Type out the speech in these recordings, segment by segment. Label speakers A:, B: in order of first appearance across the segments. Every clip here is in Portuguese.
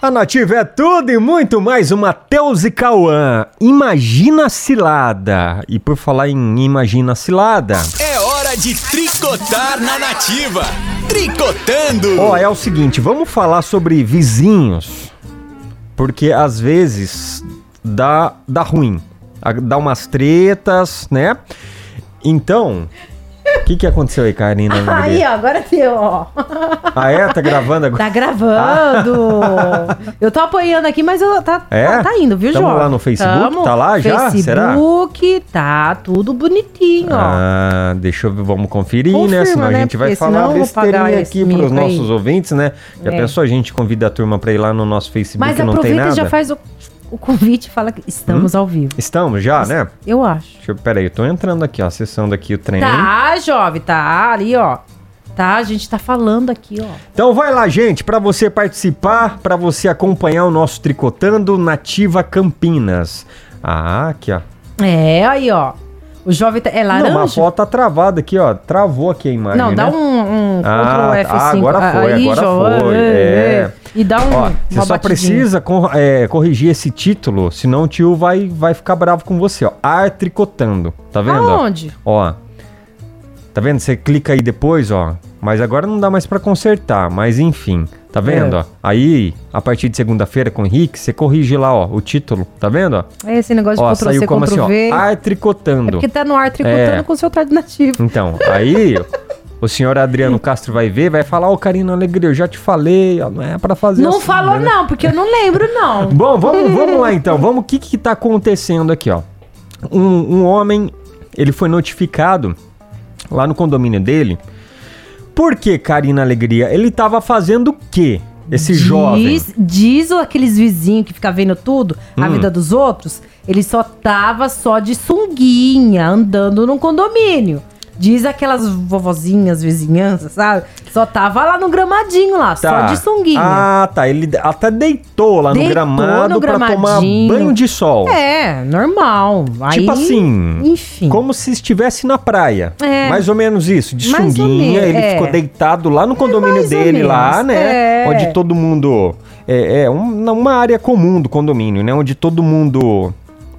A: A Nativa é tudo e muito mais. O Matheus e Cauã. Imagina a cilada. E por falar em imagina a cilada.
B: É hora de tricotar na nativa. Tricotando.
A: Ó, é o seguinte, vamos falar sobre vizinhos. Porque às vezes dá, dá ruim. A- Dá umas tretas, né? Então. O que, que aconteceu aí, Karina?
C: Aí, ó, agora deu, ó.
A: Ah, é? Tá gravando agora?
C: Tá gravando. Eu tô apoiando aqui, mas eu, tá,
A: É?
C: tá, tá indo, viu,
A: Tamo
C: João?
A: lá no Facebook? Tá lá já? Será?
C: Facebook, tá tudo bonitinho, ó.
A: Ah, deixa eu ver, vamos conferir, né?
C: Confirma,
A: Senão a
C: né?
A: gente vai
C: Porque
A: falar
C: senão eu vou pagar
A: besteirinha
C: esse
A: aqui pros
C: mico aí.
A: nossos ouvintes, né? Já
C: É.
A: pensou a gente convida a turma pra ir lá no nosso Facebook
C: Mas
A: e não tem
C: aproveita
A: nada? Hum?
C: e já faz o, o convite e fala que estamos ao vivo.
A: Estamos já, né?
C: Eu acho.
A: Deixa eu, peraí, eu tô entrando aqui, ó, acessando aqui o trem.
C: Tá, jovem, tá ali, ó. Tá, a gente tá falando aqui, ó.
A: Então vai lá, gente, pra você participar, pra você acompanhar o nosso Tricotando Nativa Campinas. Ah, aqui, ó.
C: É, aí, ó. O jovem tá, é laranja?
A: Não, mas a foto tá travada aqui, ó. Travou aqui a imagem,
C: Não,
A: né?
C: dá um, um
A: Ah,
C: Ctrl
A: tá,
C: F5.
A: agora foi,
C: aí,
A: agora
C: João,
A: foi, é.
C: E dá um,
A: Ó,
C: uma
A: você só
C: batidinha.
A: precisa cor- é, corrigir esse título, senão o tio vai, vai ficar bravo com você, ó. Ar tricotando, tá vendo? ó?
C: Aonde?
A: Ó. Tá vendo? Você clica aí depois, ó. Mas agora não dá mais pra consertar, mas enfim. Tá vendo,
C: É.
A: ó? Aí, a partir de segunda-feira com o Henrique, você corrige lá, ó, o título. Tá vendo, ó?
C: É esse negócio
A: ó,
C: de Ctrl C,
A: saiu como assim,
C: Ctrl
A: ó.
C: V.
A: Ar
C: é
A: tricotando.
C: porque tá no ar tricotando
A: É.
C: com o seu tarde nativo.
A: Então, aí o senhor Adriano Castro vai ver, vai falar, ô Karina Alegria, eu já te falei, ó, não é pra fazer
C: Não
A: assim,
C: falou
A: né?
C: não, porque eu não lembro não.
A: Bom, vamos, vamos lá então. Vamos, o que que tá acontecendo aqui, ó? Um, um homem, ele foi notificado lá no condomínio dele. Por que, Karina Alegria? Ele tava fazendo o quê? Esse jovem.
C: Diz, diz o- aqueles vizinhos que ficam vendo tudo, a
A: Hum.
C: vida dos outros, ele só tava só de sunguinha, andando num condomínio. Diz aquelas vovozinhas, vizinhanças, sabe? Só tava lá no gramadinho lá,
A: Tá.
C: só de sunguinha.
A: Ah, tá. Ele até deitou lá no
C: Deitou
A: gramado
C: no
A: pra tomar
C: gramadinho.
A: banho de sol.
C: É, normal. Aí,
A: Tipo assim,
C: Enfim.
A: Como se estivesse na praia.
C: É.
A: Mais ou menos isso, de
C: Mais ou
A: sunguinha.
C: menos,
A: Ele
C: é.
A: ficou deitado lá no condomínio
C: mais ou
A: dele,
C: menos,
A: lá, né?
C: é.
A: Onde todo mundo. É, é um- uma área comum do condomínio, né? Onde todo mundo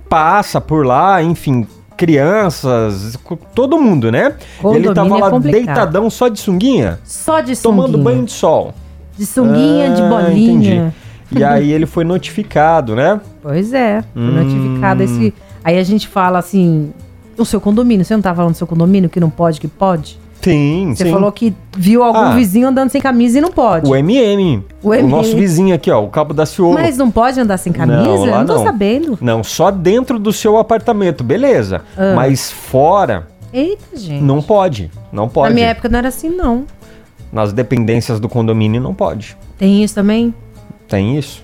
A: passa por lá, enfim. Crianças, co- todo mundo, né? ele
C: Condomínio
A: tava
C: é
A: lá
C: complicado.
A: deitadão só de sunguinha,
C: Só de sunguinha.
A: tomando banho de sol.
C: De sunguinha, de
A: Ah,
C: bolinha.
A: entendi. E aí ele foi notificado, né?
C: Pois é, foi
A: Hum.
C: notificado esse. Aí a gente fala assim. O seu condomínio, você não tá falando do seu condomínio que não pode, que pode?
A: Sim,
C: Você
A: sim.
C: falou que viu algum
A: Ah.
C: vizinho andando sem camisa e não pode.
A: O MM.
C: O
A: O
C: MM.
A: nosso vizinho aqui, ó, o Cabo da Ciolo.
C: Mas não pode andar sem camisa?
A: Não, lá
C: tô
A: não.
C: sabendo.
A: Não, só dentro do seu apartamento, beleza.
C: Ah.
A: Mas fora,
C: Eita, gente.
A: não pode. Não
C: Na
A: pode.
C: minha época não era assim, não.
A: Nas dependências do condomínio, não pode.
C: Tem isso também?
A: Tem isso.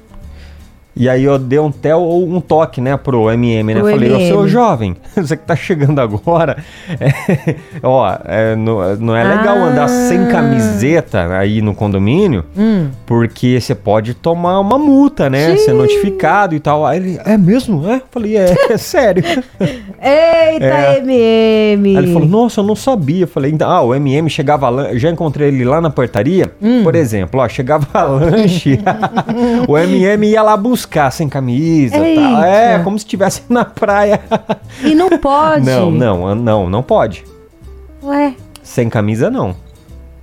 A: E aí eu dei um tel ou um toque, né, pro MM, né?
C: Pro
A: Falei, ô,
C: MM.
A: seu jovem, você que tá chegando agora, é, ó, é, não, não é legal
C: Ah.
A: andar sem camiseta aí no condomínio,
C: Hum.
A: porque você pode tomar uma multa, né? Ser notificado e tal. Aí ele, é mesmo? É? Eu Falei, é, é sério.
C: Eita,
A: É.
C: MM!
A: Aí ele falou, nossa, eu não sabia. Eu falei, então, ah, o MM chegava lá, já encontrei ele lá na portaria.
C: Hum.
A: Por exemplo, ó, chegava lanche, o MM ia lá buscar sem camisa e tal.
C: Eita.
A: É, como se estivesse na praia.
C: E não pode.
A: Não, não, não, não pode.
C: Ué,
A: Sem camisa, não.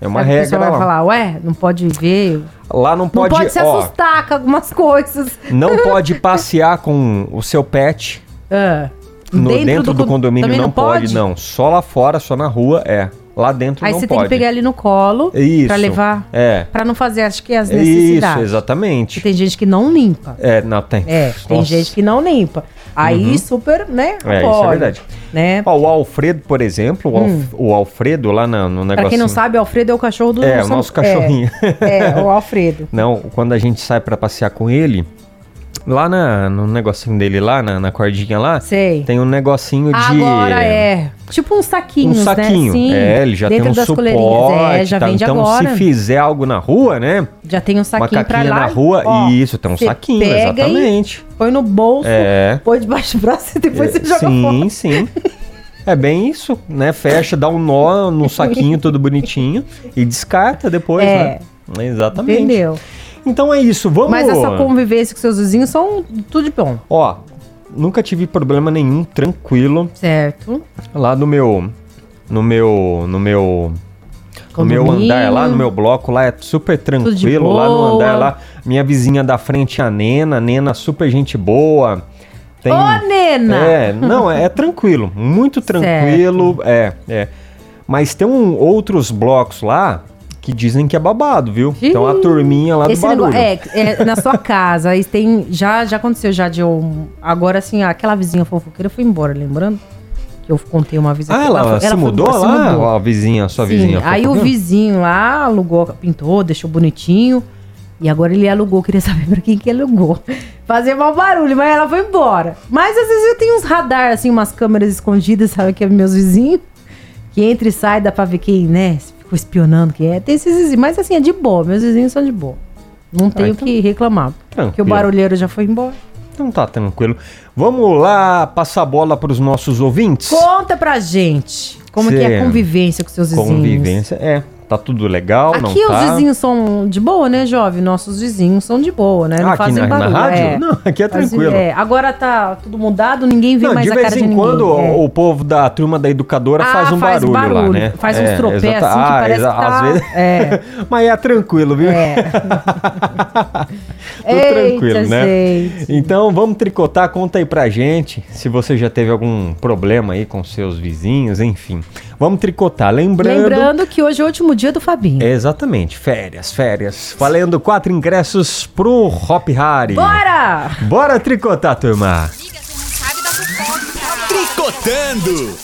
A: É uma
C: Aí o
A: regra
C: pessoal vai
A: lá.
C: falar, ué, não pode ver.
A: Lá não
C: Não
A: pode,
C: pode, se
A: ó,
C: assustar com algumas coisas.
A: não pode passear com o seu pet
C: Ah,
A: no, dentro, do,
C: con-
A: condomínio.
C: também
A: Não, pode, não. Só lá fora, só na rua, é. Lá dentro
C: Aí
A: não
C: você
A: pode.
C: tem que pegar ele no colo
A: Isso.
C: pra levar,
A: É.
C: pra não fazer, acho que as
A: Isso,
C: necessidades.
A: exatamente.
C: E Tem gente que não limpa.
A: É, não, tem.
C: É,
A: Nossa.
C: tem
A: Uhum.
C: gente que não limpa. Aí super, né?
A: É, isso é
C: apoia,
A: verdade.
C: Né?
A: Ó, o Alfredo, por exemplo, o, Alf- o Alfredo lá na- no negócio.
C: Pra quem não sabe, Alfredo é o cachorro do
A: É, o
C: São-
A: nosso cachorrinho.
C: É, é, o Alfredo.
A: Não, quando a gente sai pra passear com ele, lá na- no negocinho dele, lá na, na cordinha lá,
C: Sei.
A: tem um negocinho de.
C: Agora é. Tipo uns
A: Um
C: saquinhos,
A: saquinho.
C: né? Sim,
A: é, ele já
C: dentro
A: tem um
C: das
A: suporte.
C: coleirinhas. É, já
A: tá?
C: vende
A: então,
C: agora.
A: se fizer algo na rua, né?
C: Já tem um saquinho
A: uma
C: pra
A: caquinha
C: lá.
A: na rua,
C: ó,
A: isso, tem um
C: você
A: saquinho,
C: pega e
A: exatamente.
C: Põe no bolso,
A: É.
C: põe debaixo do braço e depois você joga
A: sim,
C: fora.
A: sim. É bem isso, né? Fecha, dá um nó no saquinho todo bonitinho e descarta depois,
C: É.
A: né? Exatamente.
C: Entendeu?
A: Então é isso, vamos...
C: Mas essa convivência com seus vizinhos são tudo de bom.
A: Ó, nunca tive problema nenhum, tranquilo.
C: Certo.
A: Lá no meu... No meu... No meu... No meu
C: Condomínio.
A: andar lá, no meu bloco lá, é super tranquilo. Lá no
C: boa.
A: andar lá, minha vizinha da frente, a Nena. Nena, super gente boa. Tem...
C: Ô, Nena!
A: É, não, é, é tranquilo, muito tranquilo, é, é. Mas tem um, outros blocos lá que dizem que é babado, viu? Então a turminha lá do
C: Esse negócio,
A: barulho.
C: é, é, na sua casa, aí tem, já, já aconteceu já de um, agora assim, aquela vizinha fofoqueira foi embora, lembrando? Que eu contei uma vez.
A: ah,
C: aqui,
A: ela, se
C: foi-
A: mudou
C: ela se
A: lá?
C: mudou.
A: Ó, A vizinha, a sua
C: Sim,
A: vizinha.
C: aí o
A: fofoqueira?
C: vizinho lá alugou, pintou, deixou bonitinho. E agora ele alugou, queria saber pra quem que ele alugou. Fazia mau barulho, mas ela foi embora. Mas às vezes eu tenho uns radar, assim, umas câmeras escondidas, sabe, que é meus vizinhos. Que entra e sai, dá pra ver quem, né, se ficou espionando quem é. Tem esses vizinhos, mas assim, é de boa, meus vizinhos são de boa. Não tenho o
A: então-
C: que reclamar, porque o
A: Tranquilo.
C: barulheiro já foi embora.
A: Então tá tranquilo. Vamos lá passar a bola para os nossos ouvintes?
C: Conta pra gente como que é
A: Cê-
C: a convivência com seus vizinhos.
A: Convivência, é. Tá tudo legal, não
C: Aqui
A: tá?
C: os vizinhos são de boa, né, jovem? Nossos vizinhos são de boa, né? Não
A: Ah, aqui
C: fazem
A: na, na
C: barulho.
A: rádio?
C: é.
A: Não, aqui é
C: Fazem-
A: tranquilo.
C: é, Agora tá tudo mudado, ninguém vê
A: Não,
C: mais
A: de
C: a
A: vez
C: cara
A: em
C: de
A: quando
C: ninguém. é.
A: o, o povo da turma da educadora
C: Ah,
A: faz um
C: faz
A: barulho, lá,
C: barulho,
A: né?
C: faz uns tropé
A: exata- Ah,
C: assim que parece
A: exa-
C: que tá-
A: Às vezes...
C: É.
A: Mas é tranquilo, viu?
C: É.
A: Tudo
C: Eita,
A: tranquilo, né?
C: gente.
A: Então vamos tricotar, conta aí pra gente se você já teve algum problema aí com seus vizinhos, enfim. Vamos tricotar, lembrando.
C: Lembrando que hoje é o último dia do Fabinho.
A: É, Exatamente, férias, férias. Valendo quatro ingressos pro Hop Hari.
C: Bora!
A: Bora tricotar, turma!
B: Tricotando.